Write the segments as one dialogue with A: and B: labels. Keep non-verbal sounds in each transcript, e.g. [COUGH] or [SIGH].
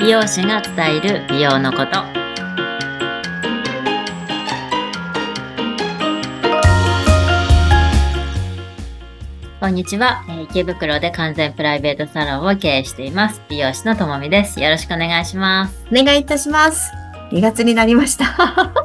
A: 美容師が伝える美容のことこんにちは、えー池袋で完全プライベートサロンを経営しています美容師のともみですよろしくお願いします
B: お願いいたします。2月になりました。[LAUGHS]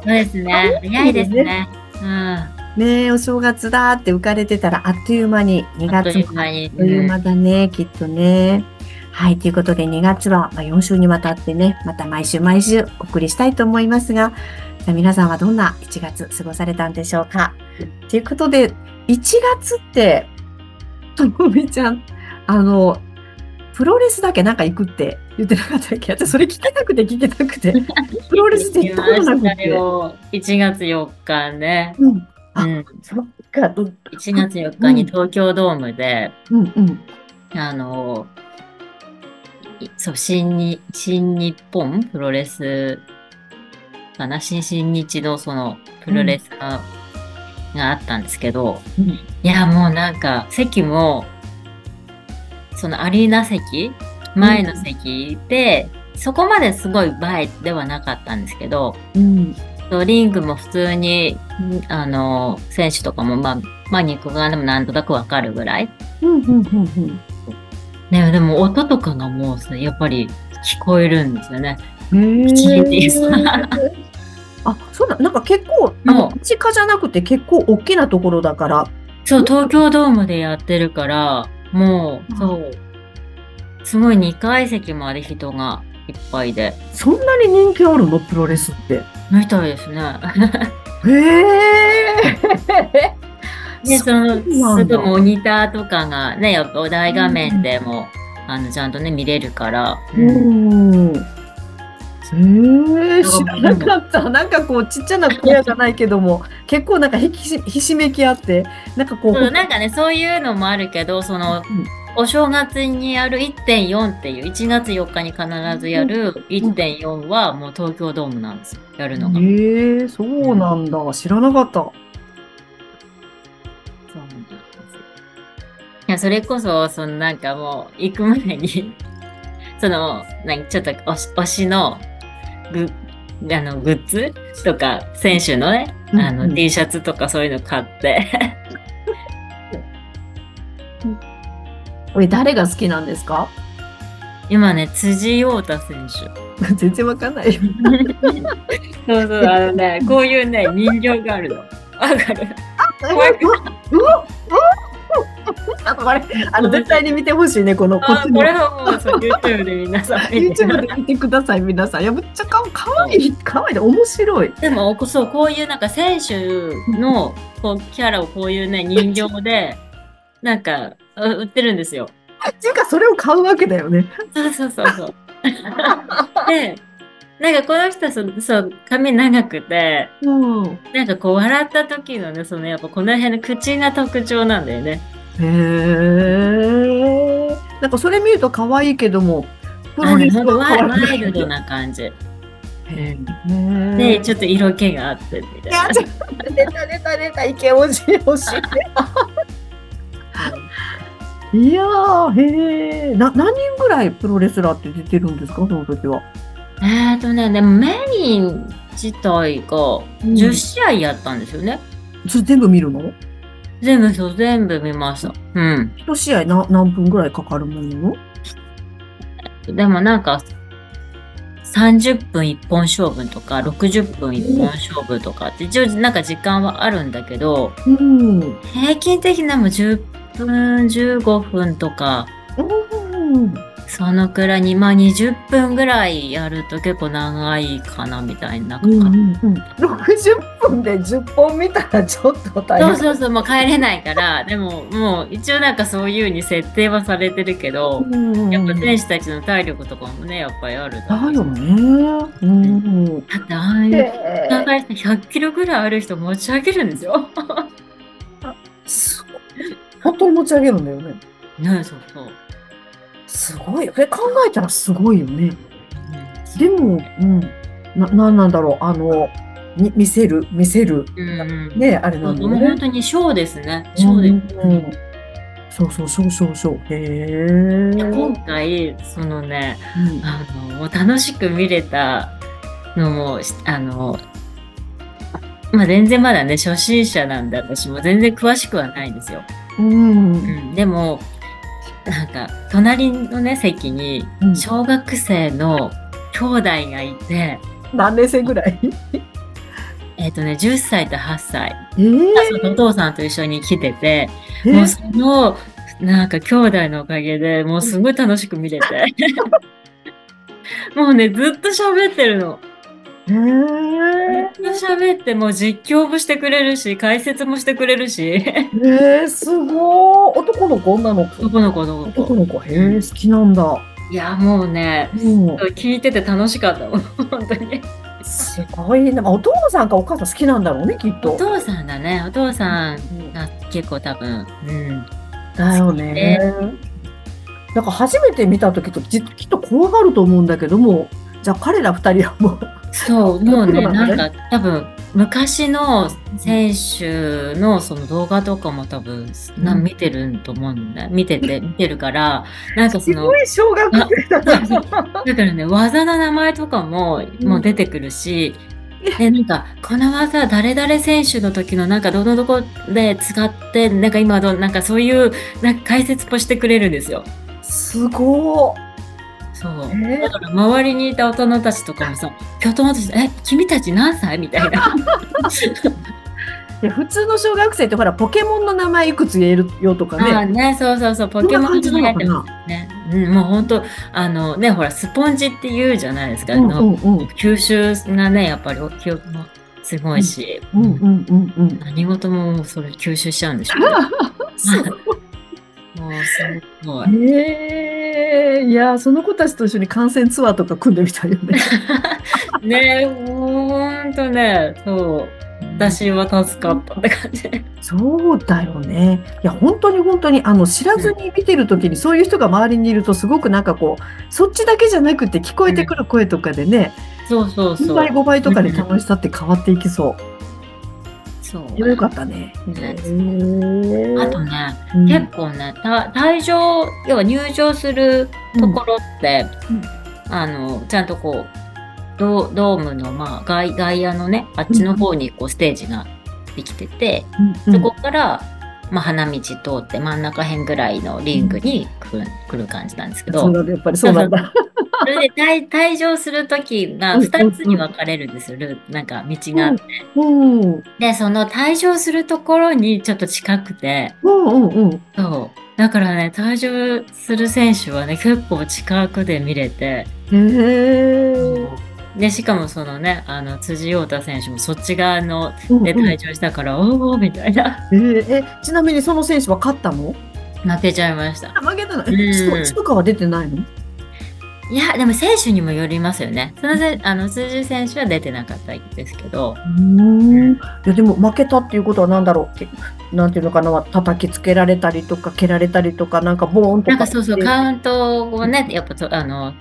A: そ うですね早いですねうん
B: ねえ、お正月だって浮かれてたらあっという間に2
A: あっと
B: 月
A: いう
B: もあっ
A: 間に
B: という間だね、きっとね。はい、ということで2月は、まあ、4週にわたってね、また毎週毎週お送りしたいと思いますが、じゃあ皆さんはどんな1月過ごされたんでしょうか。ということで、1月って、 [LAUGHS] ともみちゃん、あの、プロレスだけなんか行くって言ってなかったっけ私それ聞きたくて聞きたく [LAUGHS] て。プロレス
A: 行き
B: 絶
A: ま
B: 対なく
A: した
B: て。
A: よ1月4日ね、
B: うん、
A: う
B: あ
A: ん、
B: そっか、ど
A: 1月4日に東京ドームで、
B: うんうん。
A: あの、いそう、新に、新日本プロレスかな、新新日のそのプロレスが,、があったんですけど、
B: うん
A: いや、もうなんか、席も、そのアリーナ席、前の席で、そこまですごい前ではなかったんですけど、
B: うん
A: そうリングも普通に、んあの、選手とかも、まあ、まあ、肉眼でもなんとなくわかるぐらい。
B: うんうんうん
A: ね、でも音とかがもうさ、やっぱり聞こえるんですよね。
B: うん。
A: 口入れていいですか
B: [LAUGHS] あ、そうだ、なんか結構、あ
A: も
B: の
A: う、
B: 近じゃなくて結構大きなところだから。
A: そう、東京ドームでやってるから、もう、そう、すごい2階席まで人がいっぱいで、
B: そんなに人気あるのプロレスって。
A: みたいです
B: [LAUGHS]
A: ね。
B: へえ。
A: で、その、す
B: そうなんだ
A: ぐモニターとかがね、やっぱお大画面でも、あの、ちゃんとね、見れるから、
B: う
A: うん
B: ん。へえ、知らなかった。なんかこう、ちっちゃな小屋じゃないけども、結構なんかひきしひしめきあって、なんかこう、
A: そうなんかね、そういうのもあるけど、その、
B: うん
A: お正月にやる1.4っていう、1月4日に必ずやる1.4はもう東京ドームなんですよ、やるのが。
B: へえ、そうなんだ。知らなかった。
A: そうなんですいや、それこそ、そのなんかもう、行く前に、 [LAUGHS] その、なんかちょっと推し推しのグあのグッズとか、選手のね、あ
B: うん
A: の
B: うん
A: T シャツとかそういうの買って、 [LAUGHS]
B: え、誰が好きなんですか [LAUGHS]
A: 今ね、辻陽太選手。
B: 全然わかんないよ。
A: そうそう、あのね、こういうね、人形があるの。わかる。怖い
B: [LAUGHS] あこれあの絶対に見てほしいねこのこっ
A: あ
B: ち
A: こ
B: の
A: れはもうそう [LAUGHS] YouTube で皆さん見て
B: YouTube で見てください皆さんいやめっちゃかかわいいかわいいね面白い
A: でもそうこういうなんか選手のこうキャラをこういうね人形でなんかう売ってるんですよ。
B: っていうかそれを買うわけだよね
A: そうそうそうそう。でなんかこの人はそのそう髪長くて
B: うん
A: なんかこう笑った時のねそのやっぱこの辺の口が特徴なんだよね。
B: へえなんかそれ見ると可愛いけどもプ
A: あの
B: ロレス
A: ほんと
B: は
A: ワイ
B: 変わら
A: ワ
B: ない
A: イルドな感じ。
B: へ
A: で
B: え
A: ちょっと色気があってみたい
B: い
A: な
B: や。ちょっと出た出た出たイケオジオジ [LAUGHS] いやーへえな何人ぐらいプロレスラーって出てるんですかその時は
A: えーとね、でもメイン自体が10試合やったんですよね。
B: それ全部見るの
A: 全部そう、全部見ました。うん。
B: 一試合な何分ぐらいかかるものなの
A: でもなんか、30分1本勝負とか、60分1本勝負とかって、一応なんか時間はあるんだけど、
B: うん。
A: 平均的なもう10分、15分とか、
B: うん。
A: そのくらいに、まあ20分ぐらいやると結構長いかな、みたいな。
B: うんうん。60分で10本見たらちょっと大
A: そう
B: 変。
A: そうそう、もう帰れないから、でももう一応なんかそういう風に設定はされてるけど、
B: うん
A: やっぱ選手たちの体力とかもね、やっぱりあるだ
B: だ
A: ろうし
B: よね。うん。
A: だってああいう、
B: へ
A: お
B: え
A: 互い100キロぐらいある人持ち上げるんですよ。
B: すごい。本当に持ち上げるんだよね。
A: [LAUGHS] ねそうそう。
B: すごいよ。え、考えたらすごいよね。
A: う
B: でも、うん。な、なんなんだろう。あの、み見せる、見せる、
A: うん
B: ね、あれ
A: も
B: なん
A: う
B: だよ
A: 本
B: ね。
A: 当にショーですね。ショーで
B: うんうんそうそうそうそうそう。へえ。
A: で今回、そのね、
B: うん
A: あの、もう楽しく見れたのも、しあの、まあ全然まだね、初心者なんで私も全然詳しくはないんですよ。
B: うん
A: うん、でも、なんか、隣のね、席に、
B: うん
A: 小学生の兄弟がいて、
B: 何年生ぐらい
A: えっ、とね、10歳と8歳、
B: [LAUGHS] えー
A: そのお父さんと一緒に来てて、
B: え
A: もうその、なんか兄弟のおかげでもうすごい楽しく見れて。もうね、ずっと喋ってるの。
B: へえ
A: ずっと喋って、もう実況もしてくれるし、解説もしてくれるし、
B: えー、すごい男の子女の子
A: 男の子の子
B: 男の子へえ好きなんだ、
A: いや、もうね、
B: うん、
A: 聞いてて楽しかったもん、本当に。
B: すごいねまあお父さんかお母さん好きなんだろうねきっ
A: お
B: と
A: 父さんだね、お父さん
B: うん
A: が結構多分、うん。
B: だよねなんか初めて見た時とききっと怖がると思うんだけどもじゃあ彼ら二人はもう
A: そう、もう
B: プ
A: ね、
B: ロな
A: なん
B: だね
A: んか多分昔の選手のその動画とかも多分な
B: うん
A: 見てると思うんだ。見てて、見てるから、なんかそ
B: す
A: の
B: ご、い小学生だな
A: だからね、技の名前とかも
B: うん
A: もう出てくるし、で、なんか、この技、誰々選手の時のなんか、どのどこで使って、なんか今どう、なんかそういう、なんか解説もしてくれるんですよ。
B: すご
A: そう。
B: い、ね
A: だから周りにいた大人たちとかもさ、きょともとして、え、君たち何歳みたいな。
B: いや普通の小学生ってほらポケモンの名前いくつ言えるよとか
A: ああ
B: ね
A: ね、そうそうそう、ポケモンとか流行ってますね。うん、もう本当あのね、ほら、スポンジって言うじゃないですか。
B: うんう
A: の
B: んうん
A: 吸収がね、やっぱりお記憶もすごいし、
B: うんうんうんうん
A: 何事ももうそれ吸収しちゃうんでしょ
B: [LAUGHS]
A: うね。
B: そう
A: [LAUGHS] もうすごい。
B: ええいやーその子たちと一緒に観戦ツアーとか組んでみたいよ [LAUGHS] ね。
A: ね、もうほんとね、そう、私は助かったって感じ。 [LAUGHS]
B: そうだよね。いや本当に本当にあの知らずに見てる時にそういう人が周りにいるとすごくなんかこうそっちだけじゃなくて聞こえてくる声とかでね、
A: そうそう
B: 4
A: そう
B: 倍。5倍とかで楽しさって変わっていきそ
A: そう
B: う。よかったね。
A: ね
B: ー
A: あとね、
B: うん
A: 結構ね、た退場、要は入場するところって、
B: うん
A: あのちゃんとこうドドームの、まあ、外外野のねあっちの方にこうステージができてて、
B: うん
A: そこから、まあ、花道通って真ん中辺ぐらいのリングに来る,、来る感じなんですけ
B: そう
A: ど
B: なんだやっぱりそうなんだ。
A: それで退退場する時が
B: うん
A: 2つに分かれるんですよルーなんか道があって。
B: うんうん
A: でその退場するところにちょっと近くて。
B: うんうん。
A: そう。だからね、退場する選手はね、結構近くで見れて、
B: へえ。
A: で、しかもそのね、あの、辻陽太選手もそっち側の
B: うんうん
A: で退場したから、おおみたいな、
B: えーえちなみにその選手は勝ったの？
A: 負けちゃいました。
B: あ負けたの。
A: う
B: え
A: ん
B: 血と血とかは出てないの？
A: いや、でも選手にもよりますよね。そのせ、あの、辻選手は出てなかったですけど、
B: うーんいやでも負けたっていうことは何だろうってなんていうのかな叩きつけられたりとか蹴られたりとかなんかボーンと
A: な
B: か
A: んかそうそう、カウントをね、やっぱと、あの、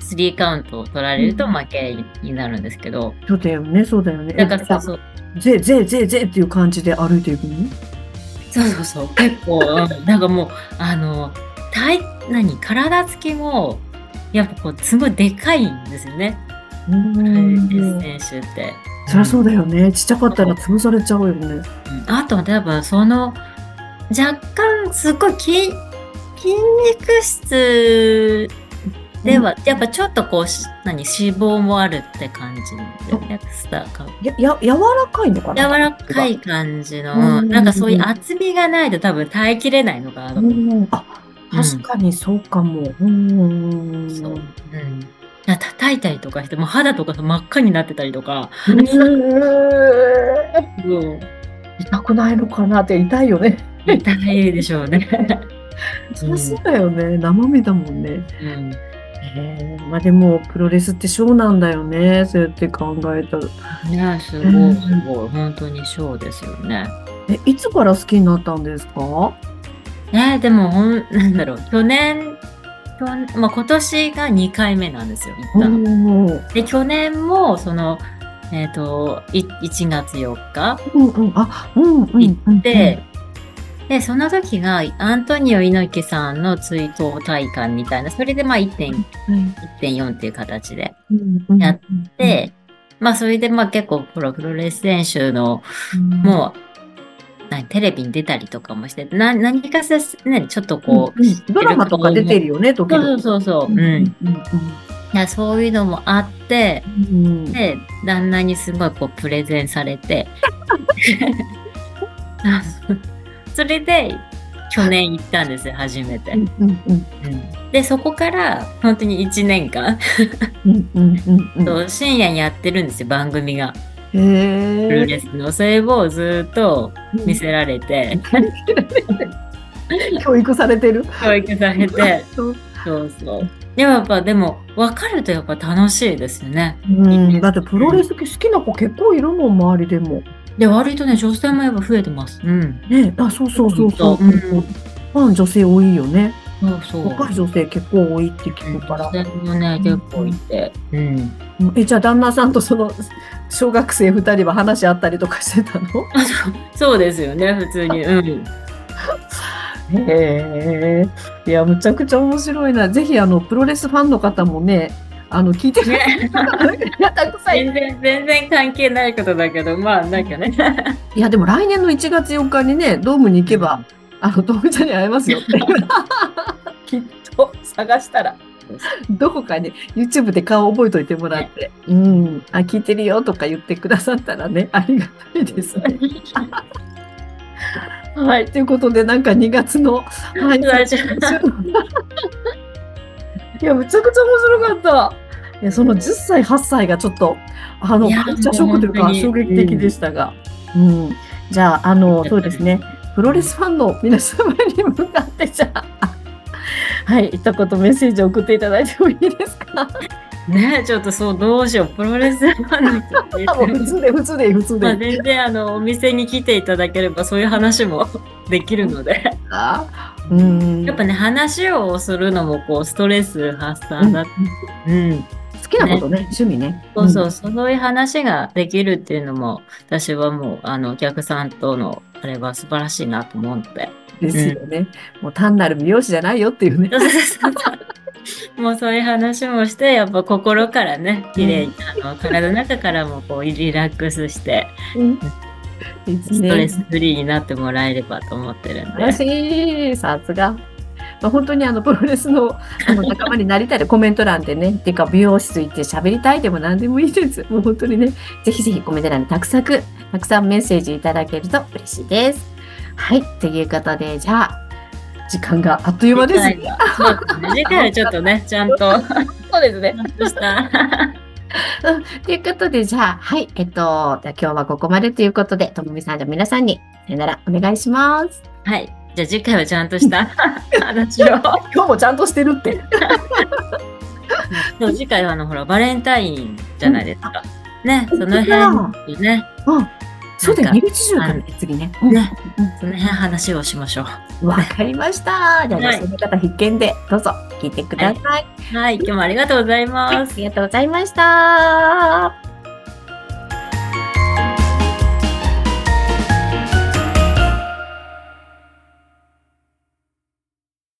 A: スリーカウントを取られると負けになるんですけど、
B: そうだよねそうだよね
A: だからそう
B: え
A: そう、
B: ぜぜぜぜっていう感じで歩いていくの
A: そうそうそう結構、うんなんかもうあの体何体つきもやっぱこうすごいでかいんですよね、
B: うーん
A: 選手って。
B: そりゃそうだよねちっちゃかったら潰されちゃうよね
A: うんあと多分その若干すごい筋筋肉質では、やっぱちょっとこうし何脂肪もあるって感じで、ね、スターか
B: やや柔らかいのかな
A: 柔らかい感じの、
B: うん
A: なんかそういう厚みがないと多分耐えきれないのかなと
B: う
A: 思って
B: んあ確かにそうかもうーん
A: そうう。うん。なんか叩いたりとかして、もう肌とか真っ赤になってたりとか、
B: ーん
A: うん、
B: 痛くないのかなって痛いよね
A: 痛いでしょう
B: [LAUGHS]
A: ね。
B: そりゃそうだよね生身だもんね
A: うん、
B: へえまあでもプロレスってショーなんだよねそうやって考えたら
A: ねすごい、すごい、本当にショーですよね。
B: えいつから好きになったんですか
A: ねでもほん、なんだろう、去年、去まあ、今年が2回目なんですよ、行ったの。
B: ん
A: で、去年も、その、えっ、と、い1月4日
B: うんうん、あ、うんうん、
A: 行
B: うん
A: で、、で、その時がアントニオ猪木さんの追悼大会みたいな、それでまあ1.1.4
B: うん
A: っていう形で。
B: うんうん
A: やっ、で、まあそれでまあ結構プロプロレス選手の
B: うん
A: もう、何テレビに出たりとかもして、な何かせね、ちょっとこう、
B: うんうんドラマとか出てるよね、時
A: そう
B: 々。
A: そうそうそう、うん。いやそういうのもあって、
B: うんうんうん
A: で、旦那にすごいこうプレゼンされて、 [LAUGHS] それで去年行ったんですよ、初めて。
B: うんうんうん
A: で、そこから本当に1年間、
B: うんうんうんうん
A: そう深夜にやってるんですよ、番組が。
B: へー
A: プロレスの。それをずっと見せられて、
B: 教育されてる。
A: 教育されて、
B: [LAUGHS] そう
A: そうそう。でもやっぱ、でも分かるとやっぱ楽しいですよね。
B: うん、だってプロレス好きな子結構いるもん、周りでも。
A: で、割とね、女性もやっぱ増えてます。うん。
B: ね、あ、そうそうそうそう。
A: うん
B: ファン女性多いよね。
A: そうそう。
B: 若い女性結構多いって聞くから。
A: 女性もね、結構いて。うん。
B: うんえ、じゃあ旦那さんとその小学生二人は話し合ったりとかしてたの？
A: そうですよね、普通に。うん。
B: へえ。いや、むちゃくちゃ面白いな。ぜひ、あの、プロレスファンの方もね、あの、聞いてく
A: ね、
B: れたく [LAUGHS] さい。
A: 全然、全然関係ないことだけど、まあ、なんかね。
B: [LAUGHS] いや、でも来年の1月4日にね、ドームに行けば、あの、ドームちゃんに会えますよ。 [LAUGHS] きっと、探したら。どこかに YouTube で顔を覚えといてもらって、うん、あ、聞いてるよとか言ってくださったらね、ありがたいですね。はい、ということで、なんか2月の、はい、
A: 大丈
B: [LAUGHS] いや、むちゃくちゃ面白かった。いやその10歳、8歳がちょっと、あの、
A: い
B: カ
A: や
B: ルチャーショックという
A: 本当
B: か、
A: に
B: 衝撃的でしたが。うん。じゃあ、あの、そうですね。。プロレスファンの皆様に向かって、じゃあ、はい、一言メッセージを送っていただいてもいいですか
A: ね、ちょっとそう、どうしよう。プロレスファンの人
B: [LAUGHS] 多分、普通で、普通で、普通
A: まあ、
B: で。
A: 全然あのお店に来ていただければそういう話も [LAUGHS] できるので
B: あうん。
A: やっぱね話をするのもこうストレス発散だうん、
B: 好きなことね、趣味ね。
A: そうそうそういう話ができるっていうのも私はもうあのお客さんとのあれは素晴らしいなと思って
B: うん。ですよね。もう単なる美容師じゃないよっていうね。
A: もうそういう話もしてやっぱ心からね綺麗に、あの体の中からもこうリラックスして
B: ス
A: ストレスフリーになってもらえればと思ってるん
B: 素
A: で、
B: 晴らしい、さすが。まあ、本当にあのプロレスのあの仲間になりたいでコメント欄でね、っていうか美容室行って喋りたいでも何でもいいです。もう本当にね、ぜひぜひコメント欄にたくさん、たくさんメッセージいただけると嬉しいです。はい、ということで、じゃあ、時間があっという間ですね。
A: そうですね。次回はちょっとね、ちゃんと、ちゃ
B: そうですね。
A: んとした。
B: ということで、じゃあ、はい、えっと、じゃあ今日はここまでということで、ともみさん、じゃあ皆さんに、さよなら、お願いします。
A: はい。じゃあ次回はちゃんとした話を。
B: 今日もちゃんとしてるって。
A: そう次回はあの、ほら、バレンタインじゃないですか。ね、その辺、ね、
B: うん。そうだよ
A: な
B: ね。
A: ん
B: 二月中からね、次ね。うん
A: ね、その辺話をしましょ
B: わかりました。じゃあ、
A: はい
B: その方必見で、どうぞ聞いてください。
A: う。はい、今日もありがとうござい
B: はい、
A: ま
B: あ
A: す。
B: りがとうございました。